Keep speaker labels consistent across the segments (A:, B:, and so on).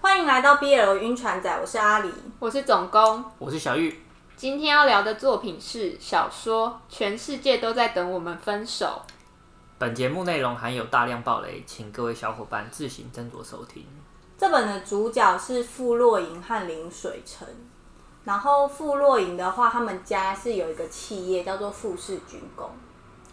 A: 欢迎来到 BL 晕船仔，我是阿狸。
B: 我是总工。
C: 我是小玉，
B: 今天要聊的作品是小说《全世界都在等我们分手
C: 本节目内容含有大量暴雷，请各位小伙伴自行斟酌收听。
A: 这本的主角是傅若莹和林水城。然后傅若莹的话，他们家是有一个企业叫做傅氏军工，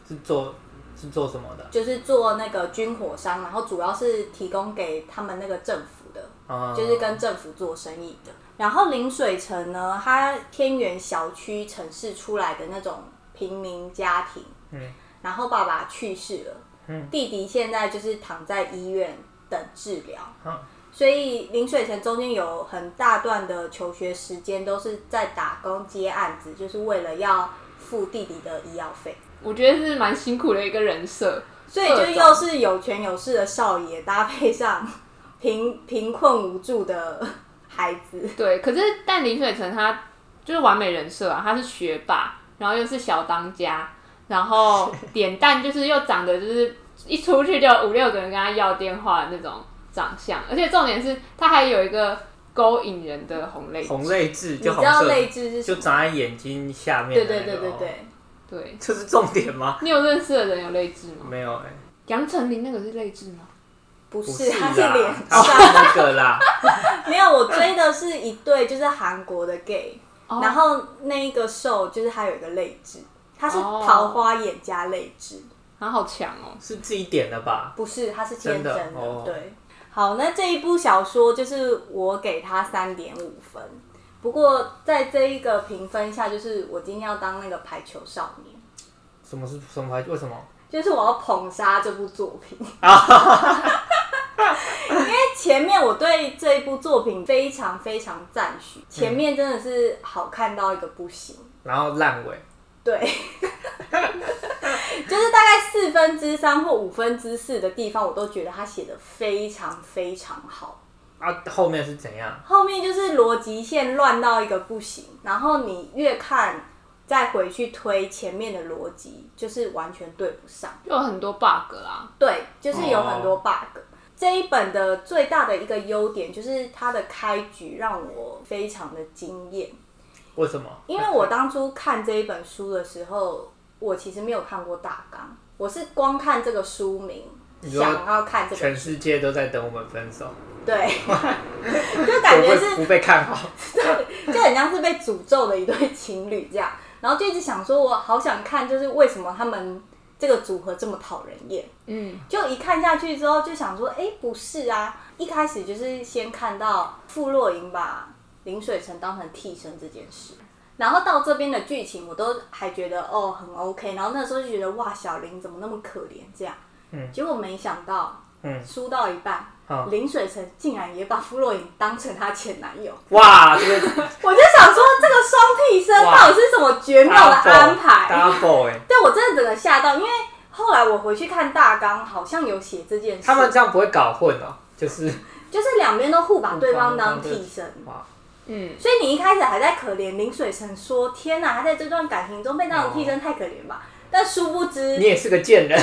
D: 是做是做什么的？
A: 就是做那个军火商，然后主要是提供给他们那个政府的，
D: 啊，
A: 就是跟政府做生意的。然后林水城呢，他偏远小区城市出来的那种平民家庭，
D: 嗯
A: 然后爸爸去世了，
D: 嗯
A: 弟弟现在就是躺在医院等治疗，
D: 嗯
A: 所以林水城中间有很大段的求学时间都是在打工接案子，就是为了要付弟弟的医药费，》，
B: 我觉得是蛮辛苦的一个人设。
A: 所以就
B: 各种
A: 又是有权有势的少爷搭配上 贫贫困无助的孩子，
B: 对，可是但林水成他就是完美人设啊，他是学霸，然后又是小当家，然后脸蛋就是又长得就是一出去就有五六个人跟他要电话的那种长相，而且重点是他还有一个勾引人的红泪痣
D: 红泪痣
A: 你
D: 就
A: 知
D: 红
A: 道
D: 色，
A: 泪痣是什
D: 就
A: 么？
D: 长在眼睛下面、
A: 对
D: 那
A: 对对
D: 个
A: 对
D: 哦，
A: 对，
B: 对，
D: 这是重点吗？
B: 你有认识的人有泪痣吗？
D: 没有哎、
B: 杨丞琳那个是泪痣吗？
A: 不
D: 不
A: 是，他是
D: 啦
A: 脸，
D: 他是那个啦，
A: 没有，我追的是一对就是韩国的 gay。
B: 哦
A: 然后那一个兽就是它有一个泪痣，它是
B: 哦
A: 桃花眼加泪痣，
B: 他好强哦。
D: 是自己点的吧？
A: 不是，它是天真的。
D: 真的哦
A: 对，好，那这一部小说就是我给它三点五分，不过在这一个评分下，就是我今天要当那个排球少年，
D: 什么是什么牌？为什么？
A: 就是我要捧杀这部作品。因为前面我对这一部作品非常非常赞许，前面真的是好看到一个不行。
D: 然后烂尾，
A: 对，就是大概四分之三或五分之四的地方，我都觉得他写的非常非常好。
D: 啊，后面是怎样？
A: 后面就是逻辑线乱到一个不行，然后你越看再回去推前面的逻辑，就是完全对不上。
B: 就有很多 bug 啦，
A: 对，就是有很多
D: 哦
A: bug。这一本的最大的一个优点就是它的开局让我非常的惊艳，
D: 为什么？
A: 因为我当初看这一本书的时候，我其实没有看过大纲，我是光看这个书名，
D: 你说
A: 想要看这个，
D: 全世界都在等我们分手，
A: 对，就感觉
D: 我会
A: 是
D: 不被看好。
A: 就很像是被诅咒的一对情侣这样，然后就一直想说，我好想看，就是为什么他们这个组合这么讨人厌。
B: 嗯，
A: 就一看下去之后就想说，哎、不是啊！一开始就是先看到傅若莹把林水城当成替身这件事，然后到这边的剧情我都还觉得哦很 OK，然后那时候就觉得哇，小林怎么那么可怜这样？
D: 嗯
A: 结果没想到，
D: 嗯
A: 输到一半，
D: 啊、
A: 林水城竟然也把傅若莹当成她前男友，
D: 哇，这个
A: 我就想说这个双替身
D: 哇
A: 到底是什么绝妙的安排？
D: double 哎、
A: 对我真的整个吓到，因为后来我回去看大纲，好像有写这件事。
D: 他们这样不会搞混哦、就是啊
A: 就是两边都互把对方当替身，
D: 哇，
B: 嗯，
A: 所以你一开始还在可怜林水城，说天哪，他在这段感情中被当成替身太可怜吧。但殊不知
D: 哦你，也是个贱人。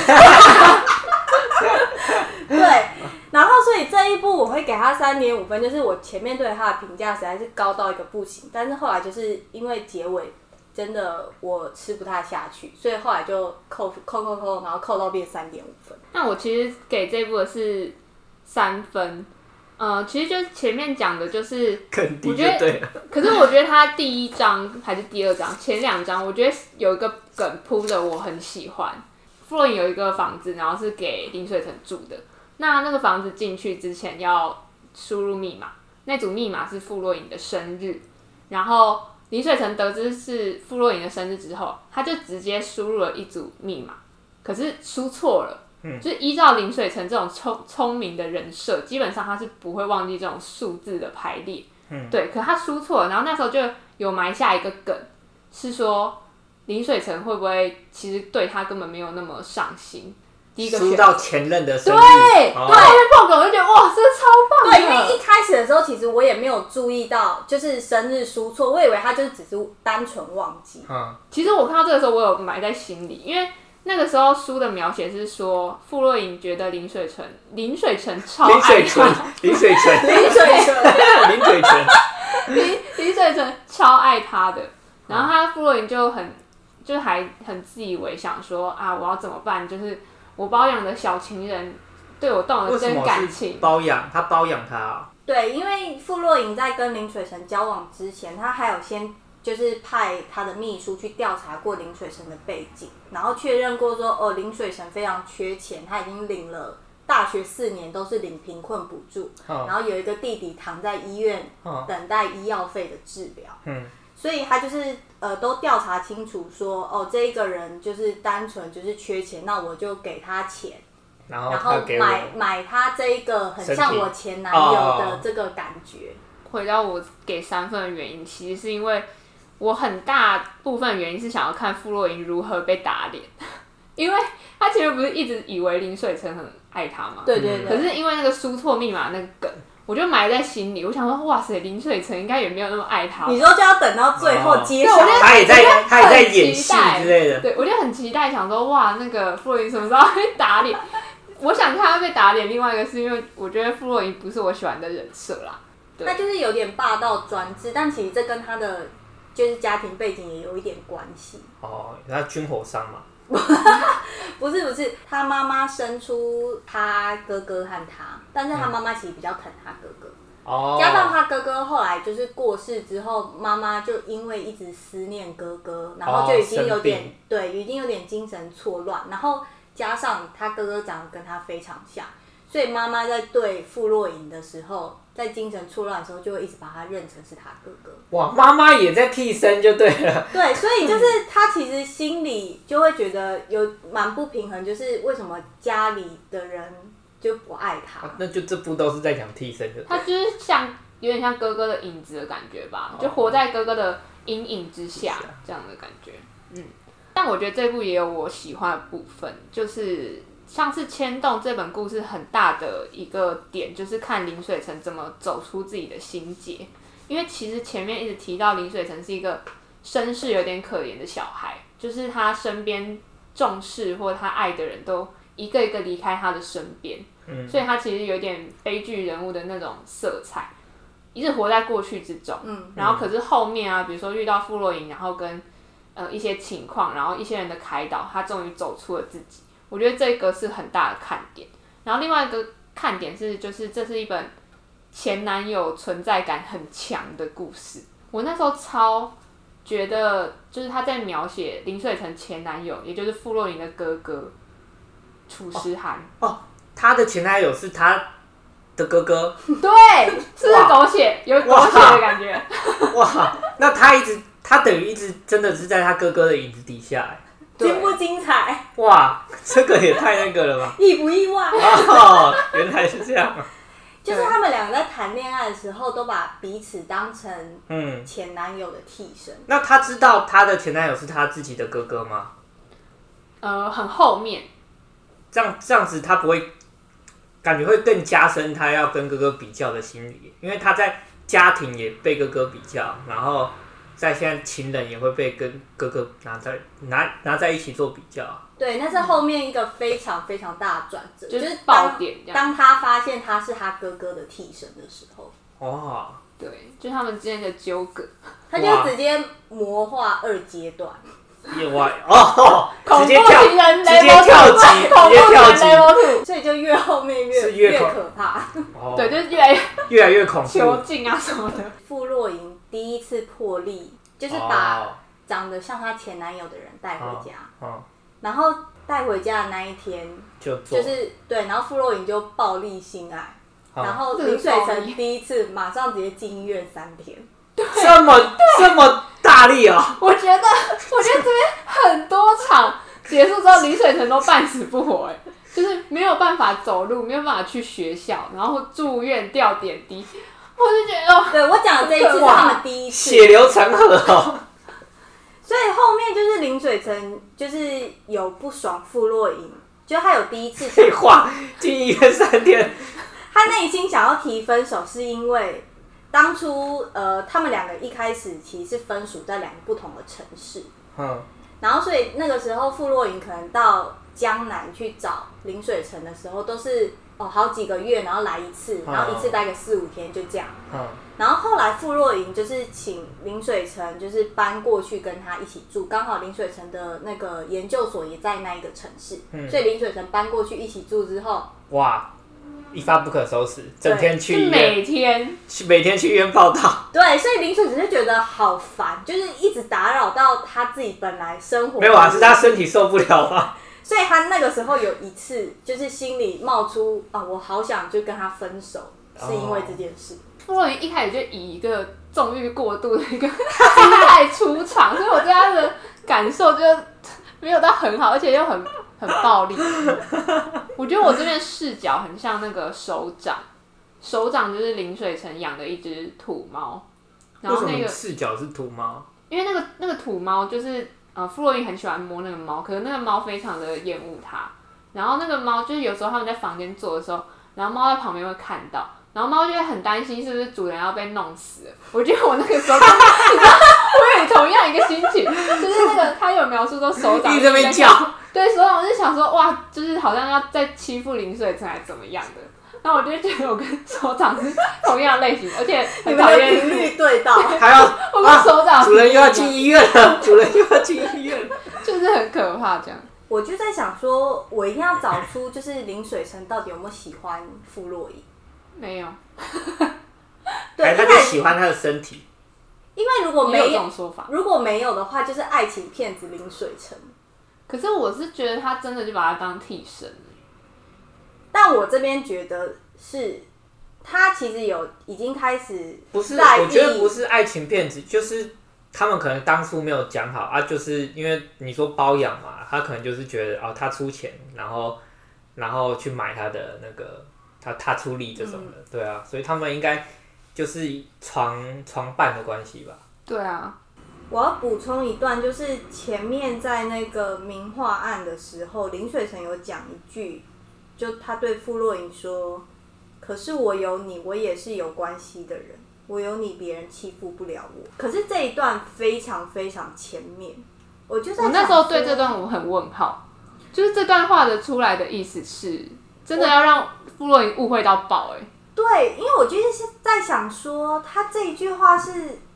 A: 对，然后所以这一部我会给他三点五分，就是我前面对他的评价实在是高到一个不行，但是后来就是因为结尾真的我吃不太下去，所以后来就扣扣扣扣，然后扣到变三点五分。
B: 那我其实给这部的是三分，呃，其实就是前面讲的，就是，
D: 肯定
B: 我觉得
D: 了。
B: 可是我觉得他第一章还是第二章，前两章我觉得有一个梗铺的我很喜欢。傅洛颖有一个房子，然后是给林水成住的。那那个房子进去之前要输入密码，那组密码是傅洛颖的生日。然后林水成得知是傅洛颖的生日之后，他就直接输入了一组密码，可是输错了。嗯，就是依照林水成这种聪聪明的人设，基本上他是不会忘记这种数字的排列。嗯，对，可他输错了，然后那时候就有埋下一个梗，是说林水成会不会其实对他根本没有那么上心？第一个
D: 输
B: 选
D: 到前任的生日，
B: 对，
D: 哦
B: 对，被破梗，我就觉得哇，这个超棒的！
A: 对，因为一开始的时候，其实我也没有注意到，就是生日输错，我以为他就是只是单纯忘记。
D: 嗯，
B: 其实我看到这个时候，我有埋在心里，因为那个时候书的描写是说，傅若颖觉得林水城林水城超
D: 林
B: 爱
D: 水
B: 他
A: 哦
D: 纯，林水纯，
A: 哎林 水城，
D: 林 水纯，
B: 林林水城 超爱他的，然后他傅若莹就很就还很自以为想说啊，我要怎么办？就是我包养的小情人对我动了
D: 为什
B: 真
D: 么
B: 感
D: 是
B: 情，
D: 包养？他包养他哦，
A: 对，因为傅若颖在跟林水城交往之前，她还有先就是派她的秘书去调查过林水城的背景，然后确认过说，哦，林水城非常缺钱，他已经领了大学四年都是领贫困补助，然后有一个弟弟躺在医院
D: 嗯
A: 等待医药费的治疗。
D: 嗯，
A: 所以他就是呃都调查清楚说，哦，这一个人就是单纯就是缺钱，那我就给他钱，
D: 然后
A: 然
D: 哦他
A: 后
D: 给我
A: 买买他这一个很
D: 身
A: 像
D: 体
A: 我前男友
D: 哦
A: 的这个感觉。
B: 回到我给三分的原因，其实是因为我很大部分原因是想要看傅若莹如何被打脸， 因为他其实不是一直以为林水城很爱他
D: 哦
B: 吗？
A: 对对对，
B: 可是因为那个输错密码那个梗，我就埋在心里。我想说，哇塞，林水城应该也没有那么爱他吧。
A: 你说就要等到最后
D: 哦
A: 揭
B: 对
A: 晓
B: 我就
A: 吧，
D: 他也在，他也在
B: 很期
D: 演戏
B: 待
D: 之类的。
B: 对，我就很期待，想说哇，那个傅若莹什么时候被打脸？我想看她被打脸。另外一个是因为我觉得傅若莹不是我喜欢的人设啦。对
A: 那就是有点霸道专制，但其实这跟他的就是家庭背景也有一点关系。
D: 哦，他军火商嘛，
A: 不是不是，他妈妈生出他哥哥和他，但是他妈妈其实比较疼他哥哥。
D: 哦，
A: 加上他哥哥后来就是过世之后，妈妈就因为一直思念哥哥，然后就已经有点、
D: 哦生病
A: 对，已经有点精神错乱。然后加上他哥哥长得跟他非常像，所以妈妈在对傅若颖的时候，在精神错乱的时候，就会一直把他认成是他哥 哥。
D: 哇，妈妈也在替身就对了，
A: 对，所以就是他其实心里就会觉得有蛮不平衡，就是为什么家里的人就不爱他？
D: 啊那就这部都是在讲替身的。
B: 他就是像有点像哥哥的影子的感觉吧，就活在哥哥的阴影之下
D: 是啊
B: 这样的感觉。嗯，但我觉得这部也有我喜欢的部分，就是像是《牵动》这本故事很大的一个点，就是看林水城怎么走出自己的心结。因为其实前面一直提到林水城是一个身世有点可怜的小孩，就是他身边重视或他爱的人都一个一个离开他的身边，
D: 嗯
B: 所以他其实有点悲剧人物的那种色彩，一直活在过去之中。
A: 嗯，
B: 然后可是后面啊，比如说遇到傅若莹，然后跟呃一些情况，然后一些人的开导，他终于走出了自己。我觉得这个是很大的看点。然后另外一个看点是，就是这是一本前男友存在感很强的故事。我那时候超觉得，就是他在描写林水成前男友，也就是傅若莹的哥哥楚时涵，
D: 他的前男友是他的哥哥，
B: 对，是不是狗血？有狗血的感觉。
D: 哇，那他一直他等于一直真的是在他哥哥的影子底下，哎
B: 对
A: 精不精彩，
D: 哇，这个也太那个了吧！
A: 意不意外？
D: 哦，原来是这样，啊
A: 就是他们两个在谈恋爱的时候，都把彼此当成
D: 嗯，
A: 前男友的替身。
D: 那他知道他的前男友是他自己的哥哥吗？
B: 呃，很后面。
D: 这样这样子他不会感觉会更加深他要跟哥哥比较的心理，因为他在家庭也被哥哥比较，然后在现在情人也会被跟哥哥拿在拿拿在一起做比较。
A: 对，那是后面一个非常非常大的转折，
B: 就是
A: 是
B: 爆
A: 当
B: 点这样
A: 当他发现他是他哥哥的替身的时候，
D: 哦，
B: 对，就他们之间的纠葛，
A: 他
D: 哇
A: 就直接魔化二阶段。
D: 意外哦，直接跳，
B: 情人
D: 直接跳级， 直接跳级，
B: Level
A: 所以就越后面越
D: 是越
A: 越
D: 恐
A: 可怕。
D: 哦
B: Two，对，就是越来越
D: 越来越恐
B: 囚
D: 怖。
B: 禁啊什么的。
A: 傅若莹第一次破例，就是把
D: 哦
A: 长得像她前男友的人带回家，
D: 哦，
A: 然后带回家的那一天，
D: 就做，
A: 就是对，然后傅若莹就暴力性爱。
D: 哦
A: 然后
B: 这
A: 林
B: 是
A: 水
B: 暴
A: 成
B: 力
A: 第一次马上直接进医院三天，
D: 这 么这么大力哦，
B: 我觉得，我觉得这边很多场结束之后，林水城都半死不活、哎，就是没有办法走路，没有办法去学校，然后住院吊点滴，我就觉得哦，
A: 对我讲的这一次是他们第一次，
D: 血流成河哦。
A: 所以后面就是林水成就是有不爽傅若莹，就他有第一次
D: 废
A: 想，
D: 话，进医院三天，
A: 他内心想要提分手，是因为当初呃他们两个一开始其实是分属在两个不同的城市，
D: 嗯，
A: 然后所以那个时候傅若影可能到江南去找林水城的时候，都是哦好几个月，然后来一次，然
D: 啊
A: 后一次待个四五天就这样。
D: 嗯，
A: 然后后来傅若莹就是请林水城，就是搬过去跟他一起住，刚好林水城的那个研究所也在那一个城市，
D: 嗯
A: 所以林水城搬过去一起住之后，
D: 哇，一发不可收拾，整天去
B: 是
D: 医院，
B: 每天
D: 去每天去医院报道，
A: 对，所以林水城就觉得好烦，就是一直打扰到他自己本来生活
D: 没有啊，是他身体受不了啊。
A: 所以他那个时候有一次就是心里冒出啊，我好想就跟他分手，是因为这件事。
B: 傅若云一开始就以一个纵欲过度的一个心态出场，所以我对他的感受就没有到很好，而且又很很暴力。我觉得我这边视角很像那个首长，首长就是林水城养的一只土猫，然
D: 为
B: 后
D: 什
B: 那
D: 么
B: 个
D: 视角是土猫？
B: 因为那个那个土猫就是呃，弗洛伊很喜欢摸那个猫，可是那个猫非常的厌恶它。然后那个猫就是有时候他们在房间坐的时候，然后猫在旁边会看到，然后猫就会很担心是不是主人要被弄死了。我觉得我那个时候真的，你知道，我也同样一个心情，就是那个他有描述说手掌
D: 一直在那边叫，
B: 对，所以我就想说哇，就是好像要再欺负林水城还是怎么样的。那我就觉得我跟手掌是同样类型，而且
A: 你
B: 很
A: 们
B: 讨
A: 的
B: 厌
A: 频率对到，
D: 还要
B: 我跟手
A: 啊
B: 掌、
D: 啊主人又要进医院了，主人又要进医院了。
B: 就是很可怕这样。
A: 我就在想说， 我一定要找出就是林水城到底有没有喜欢傅若莹。
B: 没有，
A: 对，
D: 哎，他
A: 因
D: 就
A: 为
D: 喜欢他的身体，
A: 因为如果
B: 也有
A: 没
B: 这种说法。
A: 如果没有的话，就是爱情骗子林水城。
B: 可是我是觉得他真的就把他当替身了，
A: 但我这边觉得是，他其实有已经开始
D: 不是？
A: 在意
D: 我觉得不是爱情骗子，就是他们可能当初没有讲好啊，就是因为你说包养嘛，他可能就是觉得哦，他出钱，然后然后去买他的那个他他出力这种
A: 嗯
D: 的，对啊，所以他们应该就是床床伴的关系吧。
B: 对啊，
A: 我要补充一段，就是前面在那个名画案的时候，林水城有讲一句，就他对傅若莹说：“可是我有你，我也是有关系的人，我有你，别人欺负不了我。”可是这一段非常非常前面，我就在
B: 我
A: 想
B: 那时候
A: 说
B: 对这段我很问号，就是这段话的出来的意思是，真的要让布洛伊误会到爆哎、
A: 对，因为我就是在想说，他这一句话是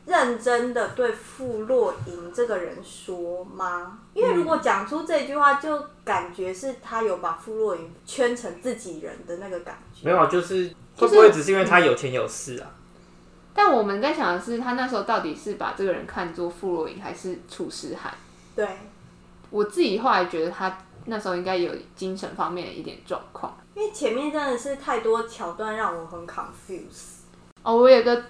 A: 认真的对傅若莹这个人说吗？因为如果讲出这句话，就感觉是他有把傅若莹圈成自己人的那个感觉。
D: 没有，就是
B: 就
D: 会
B: 是
D: 不会只是因为他有钱有势啊？
B: 但我们在想的是，他那时候到底是把这个人看作傅若影还是楚诗涵？
A: 对，
B: 我自己后来觉得他那时候应该有精神方面的一点状况。
A: 因为前面真的是太多桥段让我很
D: 嗯
A: confuse。
B: 哦，我有一个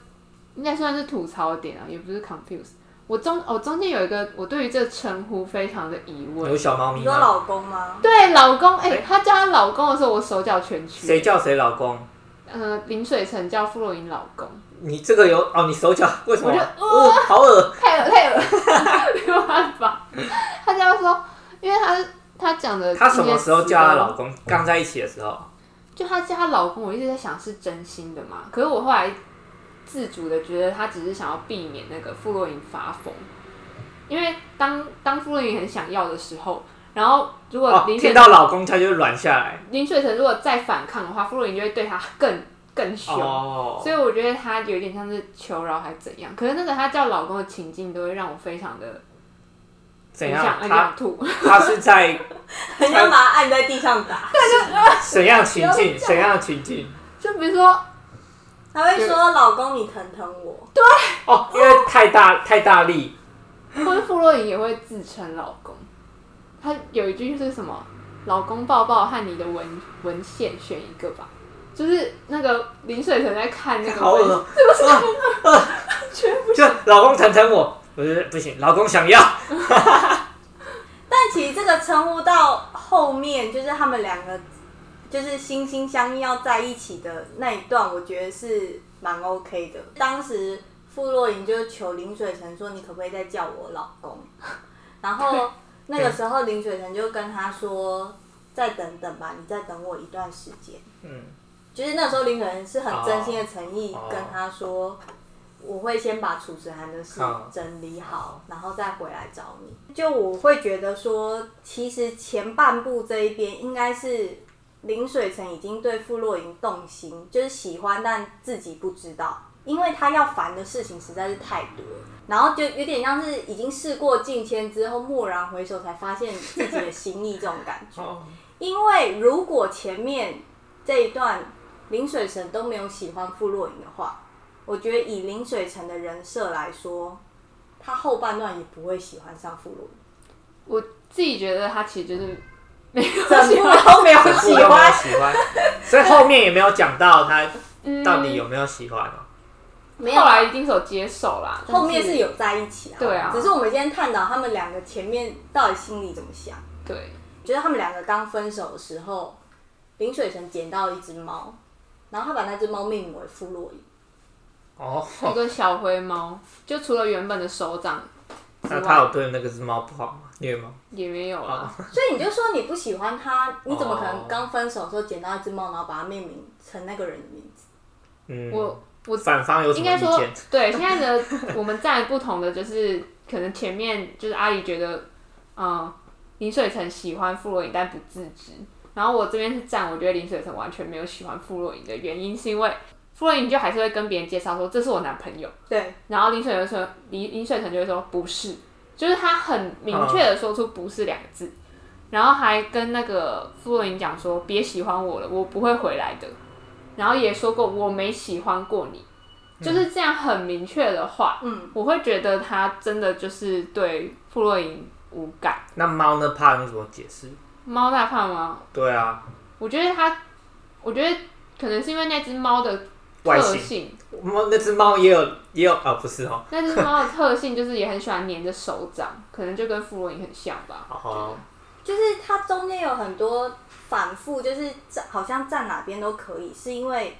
B: 应该算是吐槽点啊，也不是 confuse。我中哦中间有一个我对于这个称呼非常的疑问，
D: 有小猫
A: 你
D: 咪
A: 说
D: 吗？
A: 老公吗？
B: 对，老公，哎、
D: 哎
B: 她叫她老公的时候，我手脚全
D: 谁
B: 屈。
D: 叫谁老公？
B: 呃，林水城叫傅若莹老公，
D: 你这个有哦，你手脚为什么
B: 我就
D: 啊？哦，好 恶
B: 太恶太恶了， 没有办法。她就要说，因为她她讲的，
D: 她什么时候叫
A: 啊
D: 她老？公？刚在一起的时候，
B: 就她叫她老公，我一直在想是真心的嘛。可是我后来自主的觉得，她只是想要避免那个傅若莹发疯，因为当当傅若莹很想要的时候，然后如果
D: 哦，
B: 林水
D: 听到老公她就软下来。
B: 林水城如果再反抗的话，傅若莹就会对她更更凶。
D: 哦
B: 所，以我觉得她有点像是求饶还怎样，可是那个她叫老公的情境都会让我非常的
D: 怎
B: 很想哎
D: 样？
B: 很
D: 她
B: 想吐，
D: 她是在
A: 很想把他按在地上打。
D: 怎样情境？怎样情境？
B: 就比如说
A: 他会说：“老公，你疼疼我。
D: 哦，因为太大太大力，
B: 或者傅若莹也会自称老公，她有一句是什么？老公抱抱和你的文文献选一个吧，就是那个林水城在看那个
D: 好
B: 文
D: 恶，
B: 啊
D: 就老公疼疼我，我觉得不行，老公想要，”
A: 但其实这个称呼到后面，就是他们两个就是心心相印要在一起的那一段，我觉得是蛮 OK 的。当时傅若莹就求林水城说：“你可不可以再叫我老公？”然后那个时候林水城就跟他说：“再等等吧，你再等我一段时间。”
D: 嗯，
A: 就是那时候林水城是很真心的诚意跟他说：“我会先把《楚辞寒》的事
D: 好
A: 整理好，然后再回来找你。就我会觉得说，其实前半部这一边应该是林水城已经对傅若莹动心，就是喜欢，但自己不知道，因为他要烦的事情实在是太多了。然后就有点像是已经事过境迁之后，蓦然回首才发现自己的心意这种感觉。
D: 哦，
A: 因为如果前面这一段林水城都没有喜欢傅若影的话，我觉得以林水城的人设来说，他后半段也不会喜欢上傅若影，
B: 我自己觉得他其实就是没有
A: 整
B: 喜
A: 部
B: 欢
A: 都没有
D: 可是
A: 喜
D: 我有没有
A: 欢，
D: 喜欢，所以后面也没有讲到他到底有没有喜欢哦。
A: 没有
B: 嗯后
A: 啊。
B: 来一定是有接受啦，
A: 后面
B: 但
A: 是有在一起啊，
B: 对啊
A: 只是我们今天探讨他们两个前面到底心里怎么想。
B: 对，
A: 觉得他们两个刚分手的时候，林水城捡到一只猫，然后他把那只猫命名为傅若影，
B: 嗯
D: 哦，
B: 一个小灰猫，就除了原本的手掌之
D: 那他有
B: 外，
D: 对那个只猫不好吗？虐猫？
B: 也没有啦。
A: 所以你就说你不喜欢他，你怎么可能
D: 哦
A: 刚分手的时候捡到一只猫，然后把它命名成那个人的名字？
D: 嗯，
B: 我我
D: 反方有什
B: 应
D: 么
B: 该
D: 意
B: 说
D: 见？，
B: 对现在的我们站不同的，就是可能前面就是阿姨觉得，嗯，林水城喜欢傅若影，但不自知。然后我这边是站，我觉得林水城完全没有喜欢傅若影的原因，是因为傅若影就还是会跟别人介绍说这是我男朋友，
A: 对，
B: 然后林水城说林林水城就会说不是，就是他很明确的说出不是两个字，然后还跟那个傅若影讲说别喜欢我了，我不会回来的，然后也说过我没喜欢过你，
D: 嗯
B: 就是这样很明确的话，
A: 嗯，
B: 我会觉得他真的就是对傅若影无感。
D: 那猫呢？怕你怎么解释？
B: 猫大胖吗？
D: 对啊，
B: 我觉得他，我觉得可能是因为那只猫的
D: 外
B: 特
D: 形
B: 性，
D: 猫那只猫也有也有啊，不是哦，
B: 那只猫的特性就是也很喜欢黏着手掌，可能就跟傅若影很像吧。
D: 哦，
A: 就是它中间有很多反复，就是站好像站哪边都可以，是因为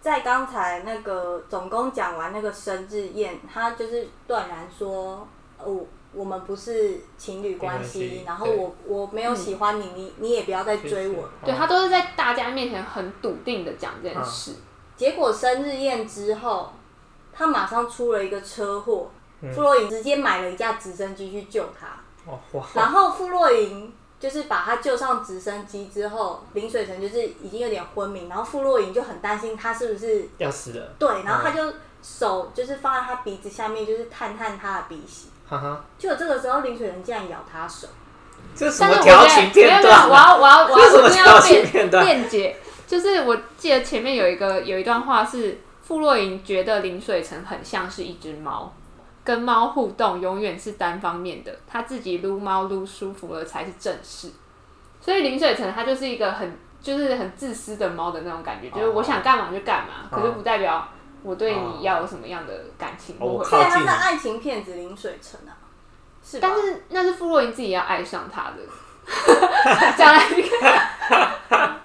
A: 在刚才那个总工讲完那个生日宴，他就是断然说，哦，我们不是情侣关
D: 没关
A: 系
D: 系，嗯
A: 然后我我没有喜欢你，你你也不要再追我。
D: 哦
B: 对他都是在大家面前很笃定的讲这件
D: 嗯
B: 事，
A: 结果生日宴之后，他马上出了一个车祸，
D: 嗯
A: 傅若影直接买了一架直升机去救他。
D: 哦哇，
A: 然后傅若莹就是把他救上直升机之后，林水城就是已经有点昏迷，然后傅若莹就很担心他是不是
D: 要死了，
A: 对，然后他就手就是放在他鼻子下面，就是探探他的鼻息。
D: 哈哈，
A: 就这个时候，林水城竟然咬他手，
D: 这是什
B: 但是
D: 么
B: 我
D: 调
B: 觉
D: 情
B: 得
D: 片
B: 没有没有，
D: 段
B: 我
D: 啊？
B: 要我要我要
D: 这是什么
B: 我真的要
D: 调情
B: 辩
D: 片段
B: 辩解，就是我记得前面有一个有一段话是傅若莹觉得林水城很像是一只猫，跟猫互动永远是单方面的，他自己撸猫撸舒服了才是正事。所以林水城他就是一个很就是很自私的猫的那种
D: 哦
B: 感觉，就是我想干嘛就干嘛，可是不代表我对你要有什么样的感情或
D: 哦
B: 回应
D: 我靠
A: 对，
D: 近
A: 他是爱情骗子林水城啊，是吧？
B: 但是那是傅若莹自己要爱上他的， 讲来你看
A: 他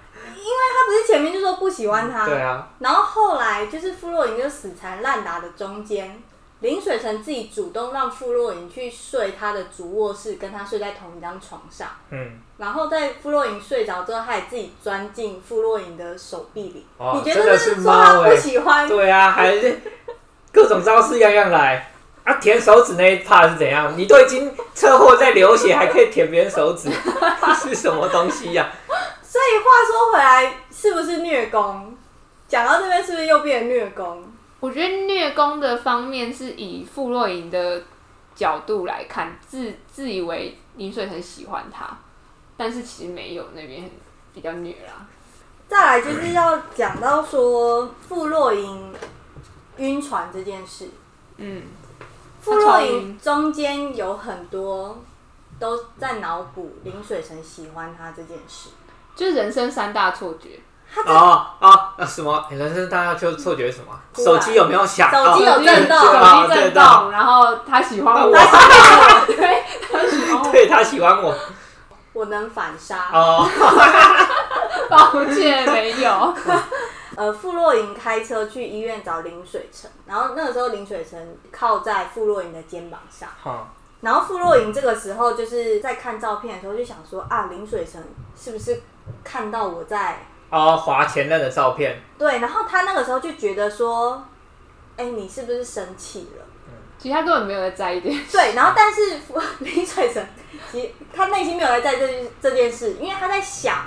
A: 不是前面就说不喜欢他，
D: 对啊，
A: 然后后来就是傅若莹就死缠烂打的中间，林水城自己主动让傅若莹去睡他的主卧室，跟他睡在同一张床上。
D: 嗯，
A: 然后在傅若影睡着之后，他也自己钻进傅若影的手臂里。
D: 哦
A: 你觉
D: 真的
A: 得
D: 是
A: 是说他
D: 猫
A: 不
D: 欸
A: 喜 欢？
D: 对啊，还是各种招式样样来。啊，舔手指那一趴是怎样？你都已经车祸在流血，还可以舔别人手 指，是什么东西呀、
A: 所以话说回来，是不是虐攻？讲到这边，是不是又变成虐攻？
B: 我觉得虐攻的方面是以傅若莹的角度来看，自自以为林水很喜欢他，但是其实没有，那边比较虐啦。
A: 再来就是要讲到说傅若莹晕船这件事。
B: 嗯，
A: 傅若影中间有很多都在脑补林水城喜欢他这件事。
B: 就是人生三大错觉，
D: 哦哦，那什么？人生大家就错觉是什么？
A: 突然
D: 手机有没有响？哦
A: 手机有震动
B: 手机啊震
D: 震动
B: 动，然后他喜欢我，
D: 他
B: 对，他喜欢
D: 哦
B: 我，
D: 对他喜欢我
A: 我能反杀。
D: 哦，
B: 抱歉没有，
A: 呃，傅若莹开车去医院找林水城，然后那个时候林水城靠在傅若莹的肩膀上，
D: 嗯
A: 然后傅若莹这个时候就是在看照片的时候就想说啊，林水城是不是看到我在？
D: 哦，划前任的照片，
A: 对，然后他那个时候就觉得说，哎、你是不是生气了？
B: 其实他根本没有在在意这件事。
A: 对，然后但是 林水成其实他内心没有来在这这件事，因为他在想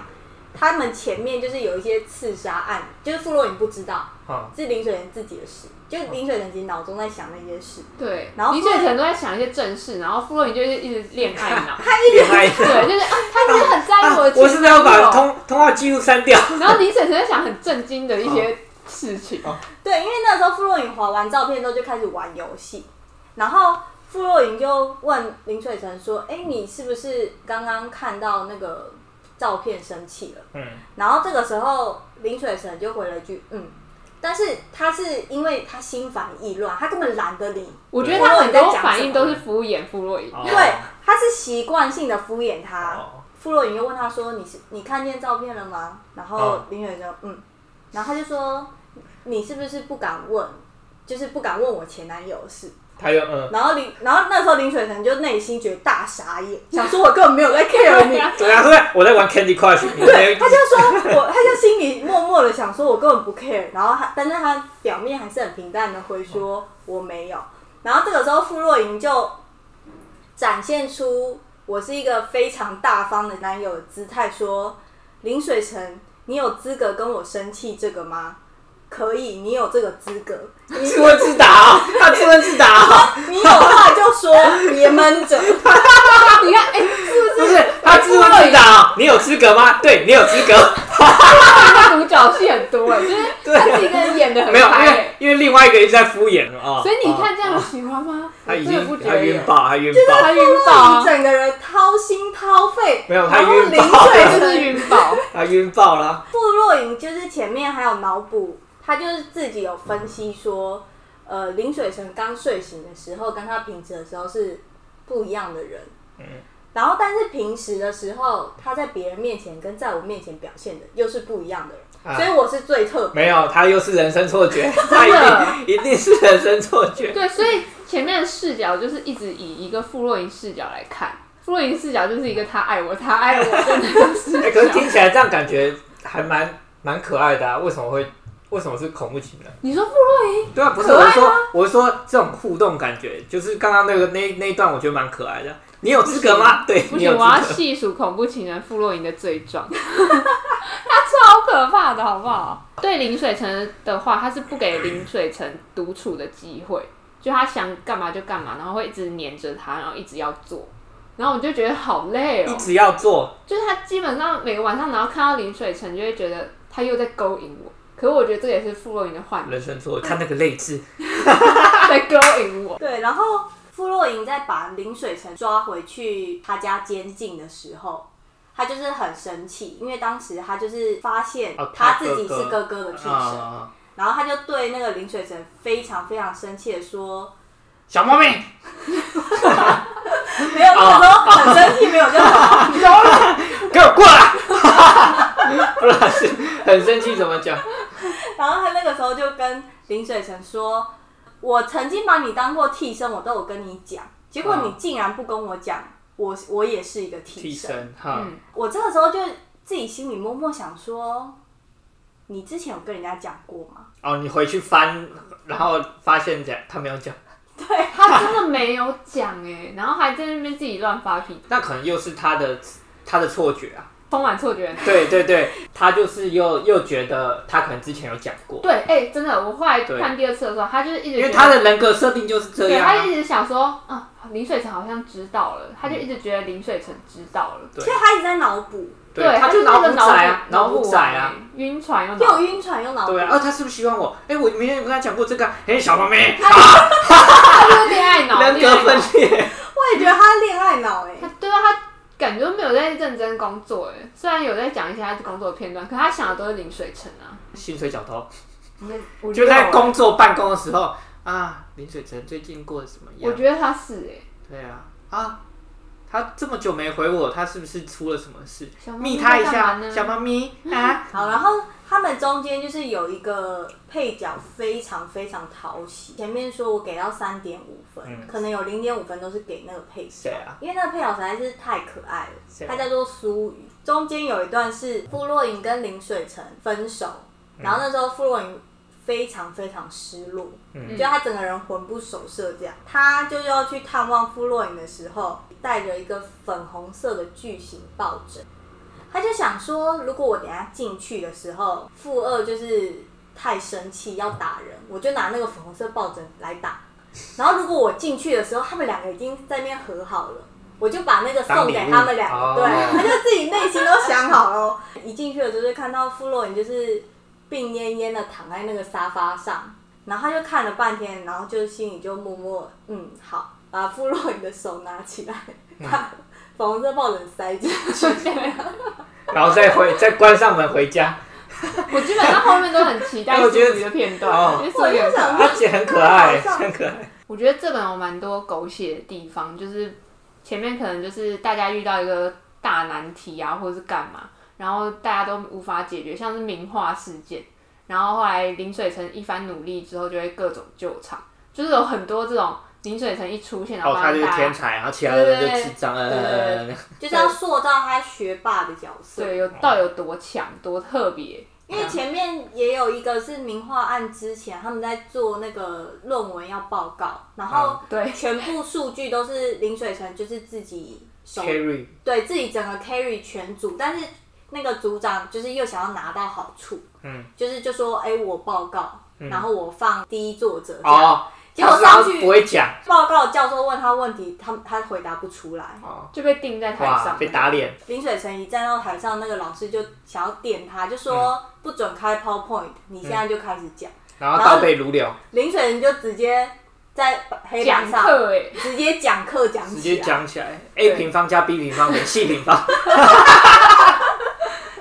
A: 他们前面就是有一些刺杀案，就是傅若影不知道
D: 哦，
A: 是林水成自己的事，就林水成其实脑中在想那些事，
B: 对，
A: 然后
B: 林雪成都在想一些正事，然后傅若影就是一直恋爱脑，
D: 厉害！
B: 对，就是啊，他真的很在意我的
D: 啊我
B: 情绪、
D: 是不是要
B: 哦
D: 把通通话记录删掉？
B: 然后林雪成在想很震惊的一
D: 哦
B: 些事情，
A: 对，因为那时候傅若影划完照片之后就开始玩游戏，然后傅若影就问林水成说：“哎、你是不是刚刚看到那个照片生气了？”
D: 嗯，
A: 然后这个时候林水成就回了一句：“嗯。”但是他是因为他心烦意乱，他根本懒得理。
B: 我觉得他
A: 傅若影
B: 很多
A: 在讲
B: 反
A: 什
B: 应
A: 么
B: 都是敷衍傅若影。
D: 哦
A: 对，他是习惯性的敷衍
B: 啊
A: 他。
D: 哦
A: 傅若影又问他说：“你是你看见照片了吗？”然后
D: 哦
A: 林雪就嗯，然后他就说：“你是不是不敢问？就是不敢问我前男友的事。
D: 他又嗯”，
A: 然后林，然后那时候林雪成就内心觉得大傻眼，想说我根本没有在 care 你。
D: 对啊，对，我在玩 Candy Crush，你
A: 对，
D: 在
A: 他就说我，他就心里默默的想说，我根本不 care。然后他，但是他表面还是很平淡的回说我没有。然后这个时候，傅若莹就展现出我是一个非常大方的男友的姿态，说林水成，你有资格跟我生气这个吗？可以，你有这个资格，你
D: 自问自 答啊，他自问自答啊，
A: 你有话就说，别闷着。
B: 你看，哎、是不
D: 哦不
B: 是
D: 是他自问自答啊，你有资格吗？对你有资格，
B: 他独角戏很多哎、就是
D: 对啊
B: 他自己跟人演 的很
D: 没有，因
B: 开、
D: 为
B: 欸，
D: 因为另外一个一直在敷衍啊，
B: 所以你看
D: 哦
B: 这样我喜欢吗？
D: 他已
B: 我真的不
D: 经
B: 觉
D: 他
B: 得耶
D: 晕，爆，他晕
B: 他
D: 爆，
B: 晕
A: 傅
B: 爆
A: 若
B: 啊
A: 莹，整个人掏心掏肺，
D: 没有他
A: 然后
D: 晕
A: 林
D: 爆
A: 水
B: 他
A: 成
B: 就是晕爆。
D: 他晕爆了，
A: 傅若影就是前面还有脑补，他就是自己有分析说，呃，林水成刚睡醒的时候跟他平时的时候是不一样的人。
D: 嗯
A: 然后，但是平时的时候，他在别人面前跟在我面前表现的又是不一样的人，
D: 啊
A: 所以我是最特别。
D: 没有，他又是人生错觉，他
B: 真的
D: 一定一定是人生错觉，
B: 对，所以前面的视角就是一直以一个傅若莹视角来看，傅若莹视角就是一个他爱我，他爱我的那个视
D: 哎，可是
B: 角。
D: 听起来这样感觉还蛮蛮可爱的啊，为什么会为什么是恐怖情人？
B: 你说傅若莹，
D: 对啊，不是
B: 可爱
D: 我
B: 吗
D: 是说，我是说这种互动感觉，就是刚刚那个那那一段，我觉得蛮可爱的。你有资格吗？对，
B: 不
D: 你
B: 行，
D: 有资
B: 我要
D: 格。
B: 细数恐怖情人傅若莹的罪状， 他超可怕的，好不好？对林水城的话，他是不给林水城独处的机会，就他想干嘛就干嘛，然后会一直黏着他，然后一直要做，然后我就觉得好累哦
D: 一。直要做，
B: 就是他基本上每个晚上，然后看到林水城，就会觉得他又在勾引我。可是我觉得这也是傅若莹的幻 觉，
D: 人生错，看那个泪痣，
B: 他在勾引我。
A: 对，然后傅若莹在把林水成抓回去他家监禁的时候，他就是很生气，因为当时他就是发现
D: 哦
A: 他
D: 他
A: 自己
D: 哥
A: 是哥
D: 哥
A: 哥的替身，
D: 啊，
A: 然后他就对那个林水成非常非常生气的说，
D: 小猫咪，
A: 没有，那个时候很生气，没有就好。
D: 给我过来！ 不然是很生气，怎么讲？
A: 然后他那个时候就跟林水成说，我曾经把你当过替身，我都有跟你讲，结果你竟然不跟我讲，我我也是一个
D: 替
A: 替身。
D: 身哈，
B: 嗯
A: 我这个时候就自己心里默默想说，你之前有跟人家讲过吗？
D: 哦，你回去翻，然后发现这样他没有讲，
B: 哎他真的没有讲哎、然后还在那边自己乱发脾气，
D: 那可能又是他的他的错觉啊。
B: 充满错觉。
D: 对对对，他就是又又觉得他可能之前有讲过，
B: 对，哎、真的，我后来
D: 对
B: 看第二次的时候，他就是一直
D: 因为
B: 觉得
D: 他的人格设定就是这
B: 对
D: 样啊。
B: 他一直想说，嗯，林水城好像知道了，他就一
D: 嗯
B: 直觉得林水城知道了。
D: 对
A: 所以他一直在脑补，
D: 对，他就
B: 就是那
D: 脑
B: 个
D: 补仔
B: 脑
D: 啊，
B: 哎
D: 脑补仔啊，，
B: 晕船又脑
A: 又晕船又脑补
D: 对。啊，啊，他是不是喜欢我？哎，我明天有跟他讲过这个啊，哎，小猫咪，
B: 他就是恋爱脑，
D: 人
B: 恋
D: 格
B: 爱脑
D: 分裂，
A: 我也觉得他恋爱脑哎、
B: 他对啊，他感觉没有在认真工作哎，虽然有在讲一些他工作的片段，可他想的都是林水城啊。
D: 薪水小偷，
B: 我
D: 就在，工作办公的时候啊，林水成最近过得怎么
B: 我
D: 样？
B: 觉得他是哎、
D: 对啊，啊，他这么久没回我，他是不是出了什么事
B: 小？猫咪
D: 密他一
B: 在干
D: 下
B: 嘛，呢
D: 小猫咪啊，
A: 好，然后他们中间就是有一个配角非常非常讨喜。前面说我给到三点五分，
D: 嗯
A: 可能有零点五分都是给那个配角
D: 谁，啊？
A: 因为那个配角实在是太可爱了
D: 谁。
A: 他叫做苏雨。
D: 嗯
A: 中间有一段是傅若影跟林水成分手，然后那时候傅若影。非常非常失落，
D: 嗯
A: 就他整个人魂不守舍这样。他就要去探望富洛影的时候，带着一个粉红色的巨型抱枕。他就想说，如果我等一下进去的时候，富二就是太生气要打人，我就拿那个粉红色抱枕来打。然后如果我进去的时候，他们两个已经在那边和好了，我就把那个送给他们两个，
D: 当礼物
A: 对，
D: 哦
A: 他就自己内心都想好了哦。一进去了就是看到富洛影就是病恹恹的躺在那个沙发上，然后他就看了半天，然后就心里就默默嗯好，把富洛影的手拿起来，
D: 嗯
A: 把粉红色抱枕塞进去。
D: 然后再回再关上门 回家，
B: 我基本上后面都很期待
D: 哎我觉得
B: 金鱼的片段，
D: 哦
B: 因为所有
A: 我就想
D: 而且很可爱，
A: 好笑
D: 很可爱。
B: 我觉得这本有蛮多狗血的地方，就是前面可能就是大家遇到一个大难题啊，或者是干嘛，然后大家都无法解决，像是名画事件，然后后来林水城一番努力之后，就会各种救场，就是有很多这种林水城一出现，然后
E: 哦，他
B: 帮
E: 就是
B: 大家、
E: 天才，然后其他人就
B: 对
E: 智障，
B: 对对
E: 呃，
A: 就是要塑造他学霸的角色。
B: 对有到底有多强多特别，
A: 因为前面也有一个是名画案之前，他们在做那个论文要报告，然后
B: 嗯对
A: 全部数据都是林水成就是自己手
D: Carry
A: 对自己整个 carry 全组，但是那个组长就是又想要拿到好处，嗯，就是就说哎、我报告，然后我放第一作者这样，
D: 嗯哦，
A: 结果
D: 他
A: 上
D: 是
A: 去
D: 不会讲
A: 报告教授问他问题，他他回答不出来，
D: 哦，
B: 就被定在台
D: 哇，
B: 上，
D: 被打脸，
A: 林水成一站到台上，那个老师就想要电他，就说、
D: 嗯
A: 不准开 PowerPoint，你现在就开始讲。
D: 然后
A: 然后
D: 倒背如流，
A: 林水成就直接在黑板
B: 讲
A: 上
B: 课哎，
A: 直接讲课讲
D: 直
A: 起啊
D: 接
A: 来，
D: 讲起来，a 平方加 b 平方等于 c 平方，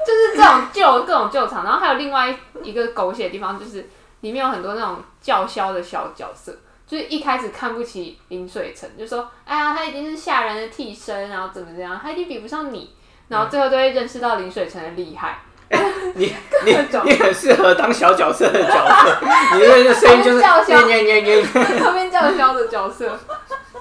B: 就是这种旧各种旧场，然后还有另外一个狗血的地方，就是里面有很多那种叫嚣的小角色，就是一开始看不起林水城，就说哎呀他已经是吓人的替身，然后怎么怎么样，他一定比不上你，然后最后都会认识到林水城的厉害，
E: 你你
B: 各种
E: 你很适合当小角色的角色，你那个声音就是
B: 笑笑
E: 念念念念，
B: 他们叫嚣的角色。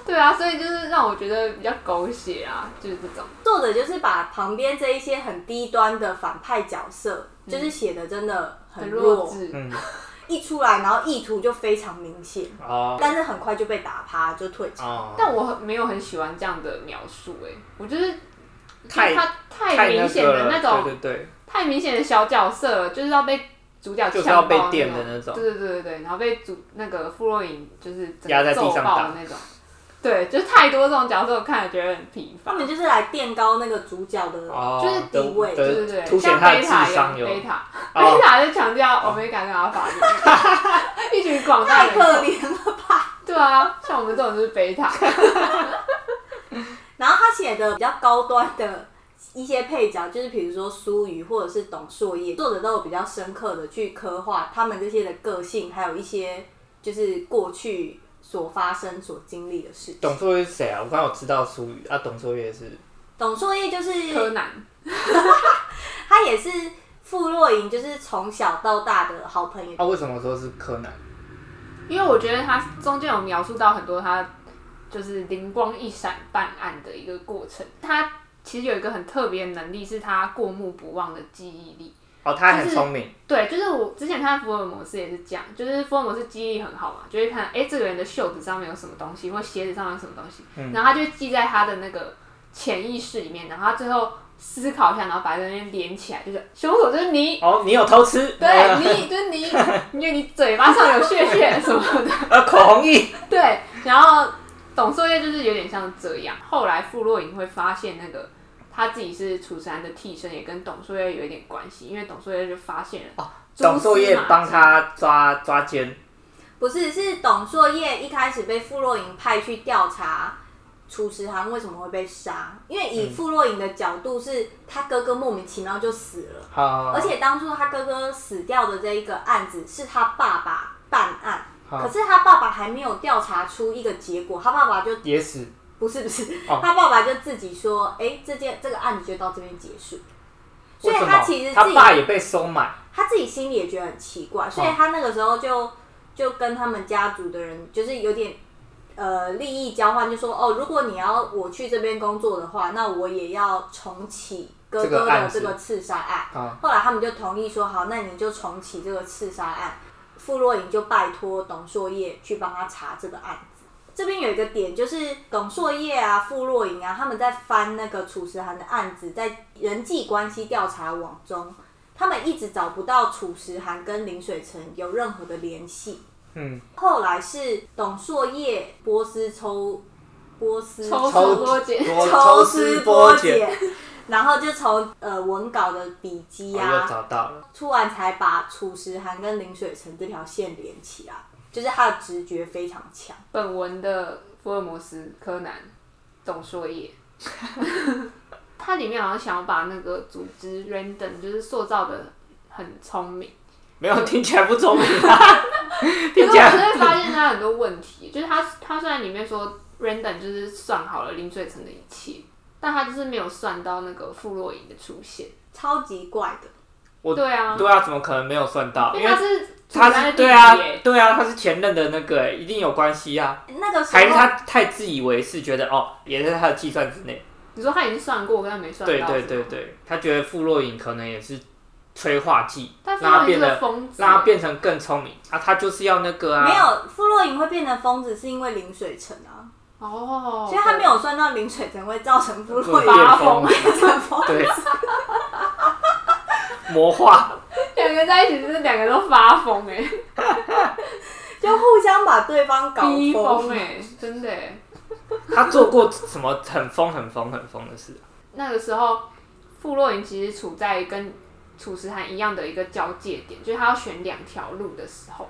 B: 对啊，所以就是让我觉得比较狗血啊，就是这种。
A: 作者就是把旁边这一些很低端的反派角色，就是写的真的很
B: 嗯很
A: 弱，
B: 弱智，
D: 嗯，
A: 一出来然后意图就非常明显，
D: 哦
A: 但是很快就被打趴，就退场。
D: 哦，
B: 但我很没有很喜欢这样的描述、欸，哎，我就是就
D: 太
B: 是他太
D: 太
B: 明
D: 那
B: 显
D: 个
B: 的
D: 了，
B: 那种
D: 对对对，
B: 太明显的小角色了，就是要被主角
D: 就是要
B: 呛爆
D: 被电的那种
B: 对对对对对，然后被主那个傅若影就是整个
D: 压在地
B: 揍
D: 上
B: 爆
D: 打
B: 的那种，对，就是太多这种角色，我看了觉得很疲乏
A: 他。们就是来垫高那个主角的，
D: 哦，
B: 就是
A: 地位
D: 对
B: 对
D: 对
B: 对对，
D: 凸显
B: 像
D: 他的
B: 贝
D: 智
B: 塔一样，
D: 商有，
B: 贝塔，
D: 哦
B: 贝塔就强调欧米伽跟阿法， 一群广大
A: 太
B: 人
A: 可
B: 口，
A: 怜了。
B: 对啊，像我们这种就是贝塔，
A: 然后他写的比较高端的一些配角，就是比如说苏瑜或者是董硕业，作者都有比较深刻的去刻画他们这些的个性，还有一些就是过去所发生、所经历的事情。
D: 董卓月是谁啊？我刚好知道苏语啊，董卓月是
A: 董硕业就是
B: 柯南，
A: 他也是傅若莹，就是从小到大的好朋友。
D: 啊，为什么说是柯南？
B: 因为我觉得他中间有描述到很多他就是灵光一闪办案的一个过程。他其实有一个很特别的能力，是他过目不忘的记忆力。
D: 哦，他很聪明，
B: 对，就是我之前看福尔摩斯也是这样，就是福尔摩斯记忆力很好嘛，就会看哎、诶这个人的袖子上面有什么东西，或鞋子上面有什么东西，然后他就会记在他的那个潜意识里面，然后他最后思考一下，然后把这边连起来，就是凶手就是你，
D: 哦，你有偷吃，
B: 对 你就是你，因为你嘴巴上有血血什么的，
D: 呃，口红液，
B: 对，然后董硕业就是有点像这样。后来傅若影会发现那个他自己是楚山的替身，也跟董硕业有一点关系，因为董硕业就发现了蛛丝马迹。
D: 哦董卓月帮他抓抓奸，
A: 不是，是董硕业一开始被傅若莹派去调查楚石航为什么会被杀，因为以傅若莹的角度是，他哥哥莫名其妙就死了，
D: 好，
A: 而且当初他哥哥死掉的这一个案子是他爸爸办案，
D: 好
A: 可是他爸爸还没有调查出一个结果，他爸爸就
D: 也死，
A: 不是不是，
D: 哦
A: 他爸爸就自己说，哎、这件这个案子就到这边结束，所
D: 为
A: 以
D: 什
A: 他
D: 么
A: 其实自
D: 他
A: 己
D: 爸哦也被收买，
A: 他自己心里也觉得很奇怪，所以他那个时候就就跟他们家族的人就是有点呃利益交换，就说哦，如果你要我去这边工作的话，那我也要重启哥
D: 这
A: 哥
D: 个案
A: 的
D: 子
A: 这个刺杀案。
D: 啊
A: 后来他们就同意说好，那你就重启这个刺杀案。傅若莹就拜托董硕业去帮他查这个案子。这边有一个点，就是董硕业啊、傅若莹啊，他们在翻那个楚时涵的案子，在人际关系调查网中，他们一直找不到楚时涵跟林水成有任何的联系。
F: 嗯，
A: 后来是董硕业波斯抽波斯
B: 抽
D: 抽
B: 丝剥茧，
D: 多
A: 抽
D: 抽
A: 丝
D: 丝
A: 剥
D: 剥
A: 茧
D: 茧，，
A: 然后就从呃文稿的笔记
F: 我
D: 哦
A: 啊
F: 又，找到了。
A: 突然才把楚时涵跟林水成这条线连起来，就是他的直觉非常强。
B: 本文的福尔摩斯、柯南、董硕业， 它里面好像想要把那个组织 random 就是塑造的很聪明，
D: 没有听起来不聪明啊，
B: 可
D: 听
B: 是
D: 起
B: 我
D: 来
B: 就会发现它很多问题，就是它它虽然里面说 random 就是算好了林水成的一切，但它就是没有算到那个傅若莹的出现。
A: 超级怪的，
D: 我
B: 对啊，
D: 对啊，怎么可能没有算到？
B: 因
D: 因
B: 为它
D: 为
B: 是楚
D: 他
B: 南
D: 是
B: 的弟
D: 对
B: 弟
D: 啊
B: 耶，
D: 对啊，他是前任的那个、一定有关系啊。
A: 那个时
D: 还是
A: 候
D: 他太自以为是，觉得哦，也在他的计算之内。
B: 你说他已经算过，但没算到。
D: 对对对，对，他觉得傅若影可能也是催化剂，
B: 但
D: 让
B: 傅若莹
D: 他变
B: 是个
D: 得
B: 疯子耶，
D: 让他变成更聪明啊，他就是要那个啊，
A: 没有傅若莹会变成疯子，是因为林水成啊，
B: 哦，
A: 所以他没有算到林水成会造成傅若
D: 变
A: 莹
B: 发
D: 疯
B: 疯，
A: 变成疯。
D: 对，魔化，
B: 两个在一起就是两个都发疯哎、
A: 就互相把对方搞
B: 逼
A: 疯。
B: 疯哎，真的、欸。
D: 他做过什么很疯、很疯、很疯的事啊？
B: 那个时候，傅若莹其实处在跟楚时涵一样的一个交界点，就是他要选两条路的时候。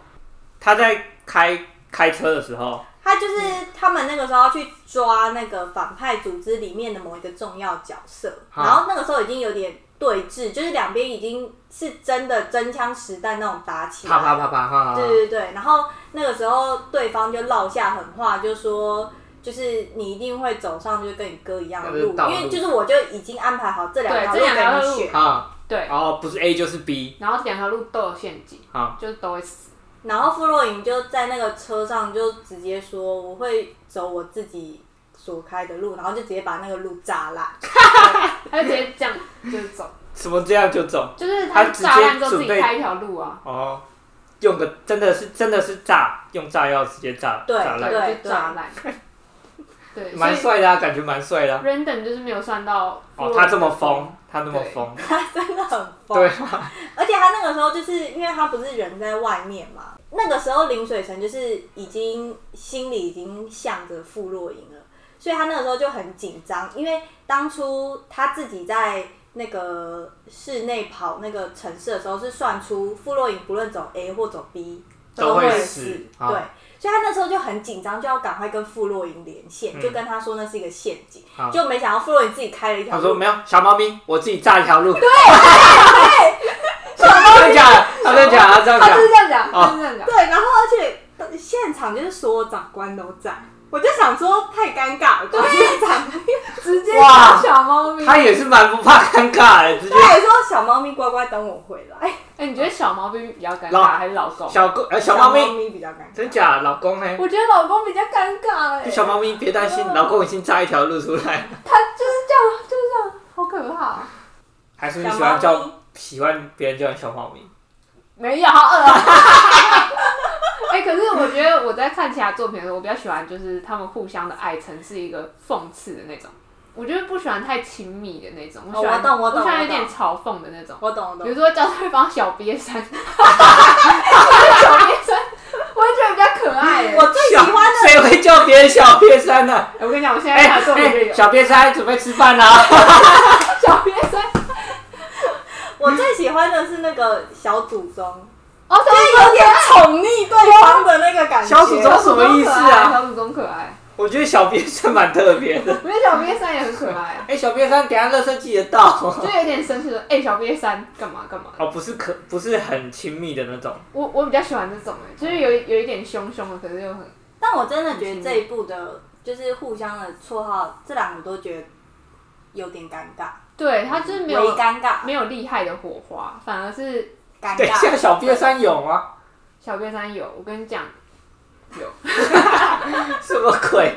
D: 他在开开车的时候，
A: 他就是
D: 嗯
A: 他们那个时候要去抓那个反派组织里面的某一个重要角色，
D: 好
A: 然后那个时候已经有点对峙，就是两边已经是真的真枪实弹那种打起来
D: 啪啪啪啪哈，
A: 对对对，然后那个时候对方就落下狠话，就说就是你一定会走上就是跟你哥一样的路，
D: 那个道路
A: 因为就是我就已经安排好这两
B: 对
A: 条
B: 这两条
A: 路给
B: 路
A: 你选，
D: 啊，
B: 对，
D: 然后不是 A 就是 B
B: 然后两条路都有陷阱，
D: 啊，
B: 就是都会死。
A: 然后傅若莹就在那个车上就直接说我会走我自己所开的路，然后就直接把那个路炸烂，
B: 他就直接这样就是走，
D: 什么这样就走
B: 就是他
D: 他直接
B: 炸烂之后自己
D: 准备
B: 开一条路啊。
D: 哦，用个真的是真的是炸，用炸药直接炸
A: 对
D: 炸烂，
A: 对
B: 对，就炸烂。对，所
D: 蛮
B: 以
D: 帅的啊，感觉蛮帅的啊。
B: Random 就是没有算到傅若
D: 哦，
B: 莹
D: 他这么
B: 的
D: 疯，他那么疯，
A: 他真的很疯。
D: 对啊
A: 而且他那个时候就是因为他不是人在外面嘛，那个时候林水成就是已经心里已经向着傅若莹了，所以他那个时候就很紧张，因为当初他自己在那个室内跑那个城市的时候是算出傅若莹不论走 A 或走 B
D: 都
A: 会
D: 会
A: 死，
D: 死
A: 对
D: 啊。
A: 所以他那时候就很紧张，就要赶快跟傅若莹连线，
D: 嗯
A: 就跟他说那是一个陷阱，
D: 啊
A: 就没想到傅若莹自己开了一条
D: 他
A: 路，
D: 说没有，小猫咪，我自己炸一条路。对 对，真的假的？他在讲，他这样
B: 他就是
D: 讲，
B: 这样讲，
D: 哦
B: 他就是这样讲。
A: 对，然后而且现场就是所有长官都在，我就想说太尴尬了，吧，现长官
B: 直接
D: 哇
B: 当小猫咪。
D: 他也是蛮不怕尴尬的，直接
A: 他还说小猫咪乖乖等我回来，
B: 哎、你觉得小猫咪比较尴
D: 老
B: 尬，还是老公？
D: 小公呃小猫咪，
A: 咪比较尴尬，
D: 真假？老公呢？嗯
B: 我觉得老公比较尴尬哎、
D: 小猫咪别担心，老公已经炸一条路出来了。
B: 他就是这样，就是这样，好可怕、
D: 还是你
A: 小
D: 喜
A: 猫
D: 欢
A: 咪
D: 叫喜欢别人叫你小猫咪？
B: 没有，好恶啊！ 哎、可是我觉得我在看其他作品的时候，我比较喜欢就是他们互相的爱曾是一个讽刺的那种，我就是不喜欢太亲密的那种，
A: 哦
B: 我喜欢、
A: 我懂我懂
B: 喜欢有
A: 我懂
B: 点嘲讽的那种，
A: 我懂我
B: 比如
A: 懂。
B: 说叫对方小瘪三，小瘪三，我会觉得比较可爱、哎
A: 我最喜欢的
D: 谁会叫别人小瘪三呢？
B: 我跟你讲，我现在
D: 哎
B: 看的作品就有、
D: 哎，小瘪三准备吃饭啦！
B: 小瘪三，
A: 我最喜欢的是那个小祖宗，
B: 哦，小
A: 就是有点宠溺对方的那个感觉。
D: 小祖宗什么意思啊？
B: 小祖宗可爱，
D: 我觉得小瘪三蛮特别的。
B: 我觉得小瘪三也很可爱，
D: 哎，小瘪三，等一下乐色记得到。
B: 就有点生气说，哎、小瘪三干嘛干嘛？
D: 哦，不是可不是很亲密的那种，
B: 我我比较喜欢这种、哎，就是有有一点凶凶的，可是又很
A: 但我真的觉得这一部的，就是互相的绰号，这两个都觉得有点尴尬，
B: 对，他就是没
A: 微
B: 有
A: 尴尬，
B: 没有厉害的火花，反而是
A: 尴
D: 等一下，
A: 尬。
D: 小瘪三有吗？
B: 小瘪三有，我跟你讲，有，
D: 什么鬼？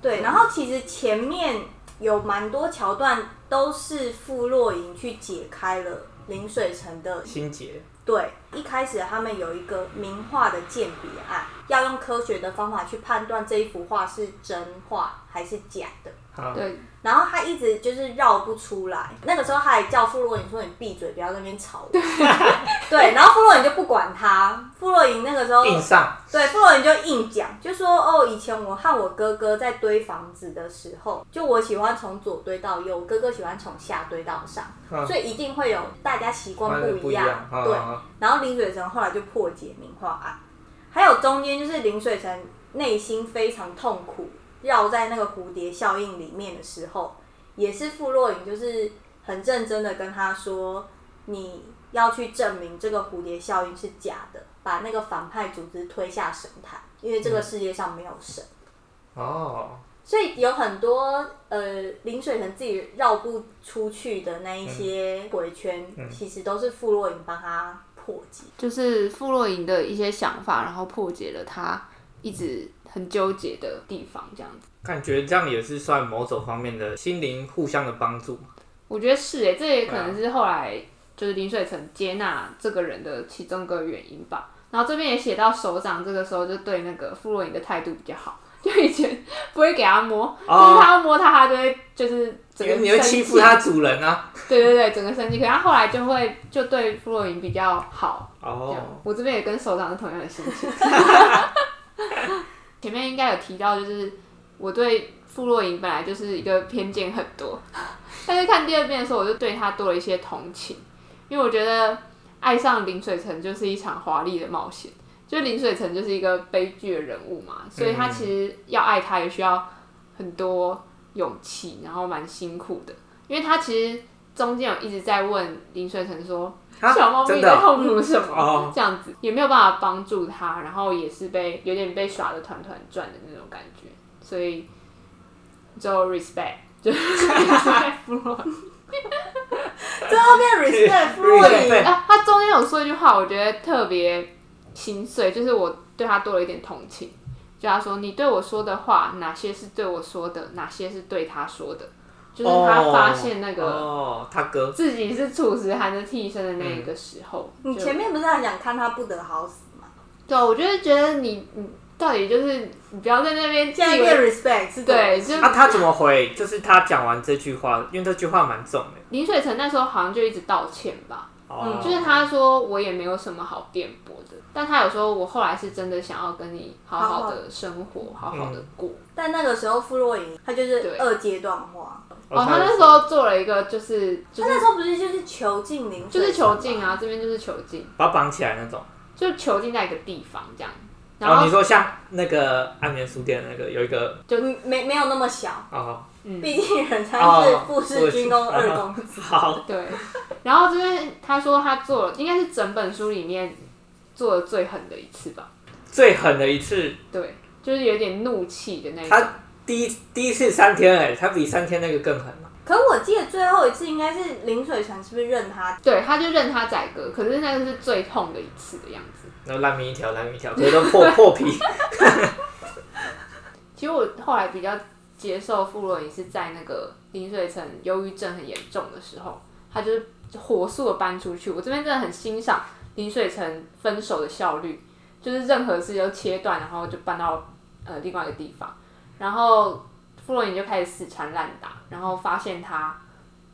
A: 对，然后其实前面有蛮多桥段都是傅若莹去解开了林水成的
D: 心结
A: 对，一开始他们有一个名画的鉴别案，要用科学的方法去判断这一幅画是真画还是假的。
D: 好，
B: 对，
A: 然后他一直就是绕不出来。那个时候他还叫傅若影说：“你闭嘴，不要在那边吵我。”对，然后傅若影就不管他。傅若影那个时候
D: 硬上，
A: 对，不然你就硬讲，就说哦，以前我和我哥哥在堆房子的时候，就我喜欢从左堆到右，哥哥喜欢从下堆到上，
D: 嗯
A: 所以一定会有大家习惯
D: 完全
A: 不
D: 不
A: 一
D: 一
A: 样。
D: 样嗯
A: 对，
D: 嗯嗯
A: 然后林水城后来就破解名画案，还有中间就是林水城内心非常痛苦，绕在那个蝴蝶效应里面的时候，也是傅若影就是很认真的跟他说，你要去证明这个蝴蝶效应是假的，把那个反派组织推下神坛，因为这个世界上没有神。
D: 哦，
A: 所以有很多呃，林水城自己绕不出去的那一些回圈，其实都是傅若影帮他破解。
B: 就是傅若莹的一些想法，然后破解了他一直很纠结的地方，这样子。
D: 感觉这样也是算某种方面的心灵互相的帮助。
B: 我觉得是欸诶，这也可能是后来就是林水成接纳这个人的其中一个原因吧。然后这边也写到首长这个时候就对那个傅若莹的态度比较好， 就以前不会给他摸，就是他要摸他，他就会就是整
D: 因
B: 哦个
D: 为你会
B: 生
D: 欺
B: 气
D: 负他主人啊！
B: 对对对，整个生气。可是他后来就会就对傅若莹比较好，这样
D: 哦，
B: 我这边也跟首长是同样的心情。前面应该有提到，就是我对傅若莹本来就是一个偏见很多，但是看第二遍的时候，我就对她多了一些同情，因为我觉得爱上林水城就是一场华丽的冒险，就林水城就是一个悲剧的人物嘛，所以他其实要爱他也需要很多勇气，然后蛮辛苦的，因为他其实中间有一直在问林水城说，
D: 啊
B: 小猫咪
D: 真
B: 在
D: 的哦
B: 痛苦什么？
D: 哦
B: 这样子也没有办法帮助他，然后也是被有点被耍的团团转的那种感觉，所以就 respect 就是啊 respect 弗洛伊
A: 最后啊变 respect 傅若影，
D: 对，
B: 啊，他中间有说一句话，我觉得特别心碎，就是我对他多了一点同情。就他说，你对我说的话，哪些是对我说的，哪些是对他说的，就是他发现那个
D: 哦，他哥
B: 自己是楚辞含着替身的那一个时候，
A: 你
D: 嗯
B: 就
A: 前面不是还想看他不得好死吗？
B: 对，啊我就是觉得你你到底就是你不要在那边
A: 现在
B: 自以为
A: 变 respect 是怎么
B: 对，
A: 回事
B: 就
D: 啊，他怎么回？就是他讲完这句话，因为这句话蛮重的。
B: 林水成那时候好像就一直道歉吧，
D: 哦，
B: 嗯就是他说我也没有什么好辩驳的，但他有时候我后来是真的想要跟你好好的生活，好好的过。
A: 但那个时候傅若影他就是
B: 对
A: 二阶段化，
B: 哦，他那时候做了一个就是就
A: 他那
B: 是
A: 时候不是就是囚禁林，
B: 就是囚禁，啊，这边就是囚禁，
D: 把他绑起来那种。
B: 就囚禁在一个地方这样，然
D: 哦，
B: 后
D: 你说像那个安眠书店那个有一个
A: 就没没有那么小，
D: 哦，
B: 嗯
A: 毕竟人家是
D: 哦
A: 富士军工二公子，
D: 好，
B: 对，然后这边他说他做了应该是整本书里面做的最狠的一次吧，
D: 最狠的一次，
B: 对，就是有点怒气的那一种
D: 他。第一第一次三天哎、他比三天那个更狠嘛。
A: 可我记得最后一次应该是林水城是不是认他？
B: 对，他就任他宰割，可是那个是最痛的一次的样子。
D: 然后烂命一条，烂命一条，可是都 破破皮。
B: 其实我后来比较接受傅若影是在那个林水成忧郁症很严重的时候，他就是火速的搬出去。我这边真的很欣赏林水成分手的效率，就是任何事都切断，然后就搬到呃另外一个地方。然后傅若影就开始死缠烂打，然后发现他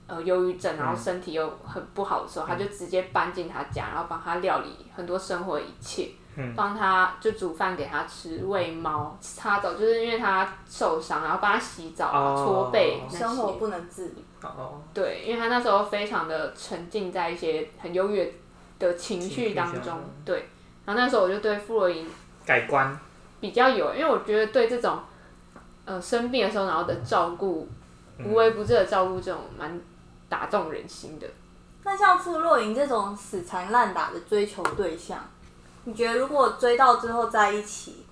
B: 呃忧郁症，然后身体又很不好的时候，他就直接搬进他家，然后帮他料理很多生活的一切。帮他就煮饭给他吃，喂猫，擦澡，就是因为他受伤，然后帮他洗澡、啊、
D: 哦
B: 搓背那些。
A: 生活不能自理，
D: 哦，
B: 对，因为他那时候非常的沉浸在一些很优越的情
D: 情
B: 绪
D: 绪
B: 当
D: 下
B: 中，对。然后那时候我就对傅若莹
D: 改观，
B: 比较有，因为我觉得对这种呃生病的时候，然后的照顾，无微不至的照顾，这种蛮打动人心的。
A: 那像傅若影这种死缠烂打的追求对象，你觉得如果追到之后在一起，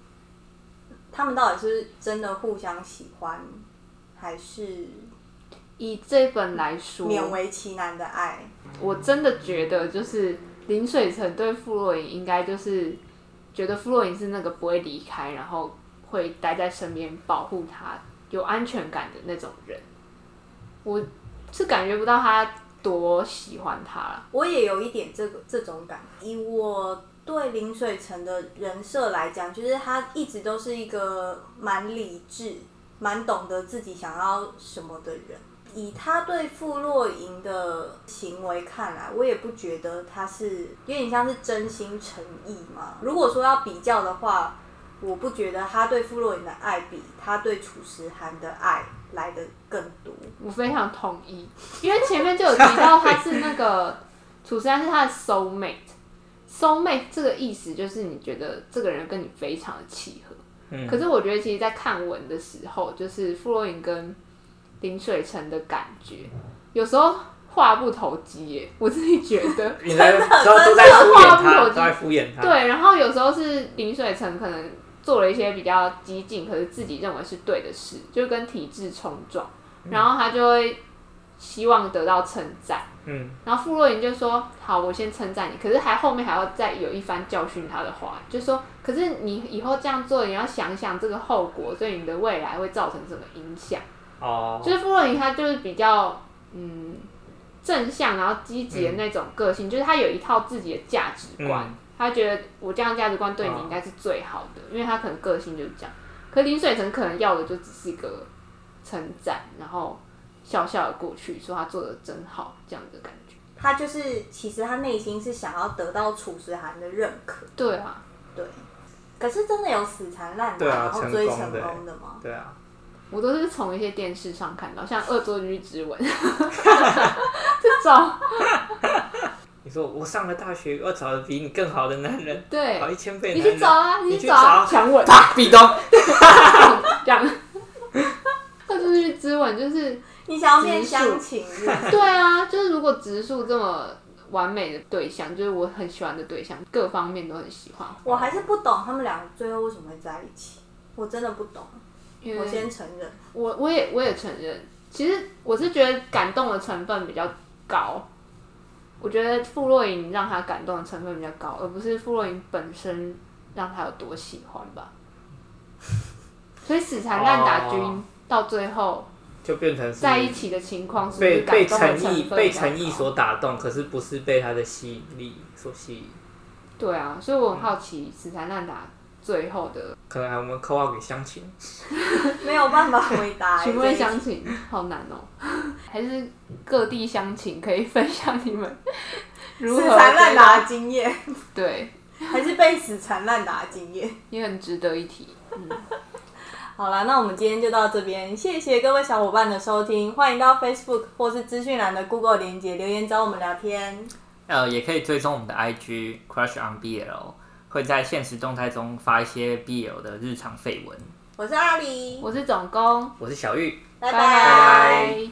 A: 他们到底是不是真的互相喜欢，还是
B: 以这本来说，
A: 勉为其难的爱？
B: 我真的觉得，就是林水成对傅若影应该就是觉得傅若影是那个不会离开，然后会待在身边保护他、有安全感的那种人。我是感觉不到他多喜欢他了。
A: 我也有一点这个这种感觉。以我对林水城的人设来讲，就是他一直都是一个蛮理智、蛮懂得自己想要什么的人。以他对傅若莹的行为看来，我也不觉得他是有点像是真心诚意嘛。如果说要比较的话，我不觉得他对傅若莹的爱比他对楚时涵的爱来的更多。
B: 我非常同意，因为前面就有提到他是那个楚山是他的 soul mate。soul mate 这个意思就是你觉得这个人跟你非常的契合。可是我觉得其实，在看文的时候，就是傅若颖跟林水城的感觉，有时候话不投机耶，我自己觉得。
D: 你在都都在敷
B: 真
D: 衍
B: 的
D: 他，都在敷衍他。
B: 对，然后有时候是林水城可能做了一些比较激进，可是自己认为是对的事，就跟体制冲撞，然后他就会希望得到称赞。
D: 嗯，
B: 然后傅若莹就说：“好，我先称赞你。”可是还后面还要再有一番教训他的话，就说：“可是你以后这样做，你要想想这个后果对你的未来会造成什么影响。”
D: 哦，
B: 就是傅若莹，她就是比较嗯正向，然后积极的那种个性，就是她有一套自己的价值
D: 嗯
B: 观，她觉得我这样价值观对你应该是最好的，因为她可能个性就是这样。可林水成可能要的就只是一个称赞，然后笑笑的过去，说他做的真好这样的感觉。
A: 他就是其实他内心是想要得到楚时涵的认可，
B: 对啊，
A: 对。可是真的有死缠烂打、
D: 对啊
A: 然后追成
D: 成功的
A: 功的吗？
D: 对啊，
B: 我都是从一些电视上看到，像《恶作剧之 吻》这种，
D: 你说我上了大学，我找了比你更好的男人，
B: 对
D: 好，一千倍
B: 你
D: 男
B: 去
D: 人
B: 找，啊，
D: 你
B: 去
D: 去
B: 找啊，
D: 找
B: 强吻。
E: 啪，壁咚，
B: 这样。那就是之吻，就是
D: 欸
A: 你想要变相情是不是
B: 对啊，就是如果植树这么完美的对象，就是我很喜欢的对象，各方面都很喜欢。
A: 我还是不懂他们两个最后为什么会在一起，我真的不懂。
B: 因为
A: 我先承认，
B: 我我也我也承认，其实我是觉得感动的成分比较高。我觉得傅若莹让他感动的成分比较高，而不是傅若莹本身让他有多喜欢 吧。所以死缠烂打君、
D: 哦
B: 到最后
D: 就变成是
B: 在一起的情况，是不是
D: 被
B: 感
D: 被
B: 动的
D: 诚
B: 成
D: 意
B: 分
D: 被
B: 比较
D: 诚
B: 高
D: 意所打动，可是不是被他的吸引力所吸引。
B: 对啊，所以
D: 嗯
B: 我很好奇死缠烂打最后的，
D: 可能还我们扣号给湘琴，
A: 没有办法回答、欸
B: 询问
A: 这一
B: 乡情好难哦、 还是各地乡情可以分享你们 如何
A: 死缠烂
B: 追
A: 打
B: 到
A: 的经验，
B: 对，
A: 还是被死缠烂打的经验。
B: 也很值得一提。
A: 好啦，那我们今天就到这边，谢谢各位小伙伴的收听，欢迎到 Facebook 或是资讯栏的 Google 连接留言找我们聊天。
C: 呃，也可以追踪我们的 IG Crush on BL，会在现实动态中发一些 BL 的日常绯闻。
A: 我是阿狸，
B: 我是总工，
D: 我是小玉。
A: 拜
B: 拜
A: 拜
B: 拜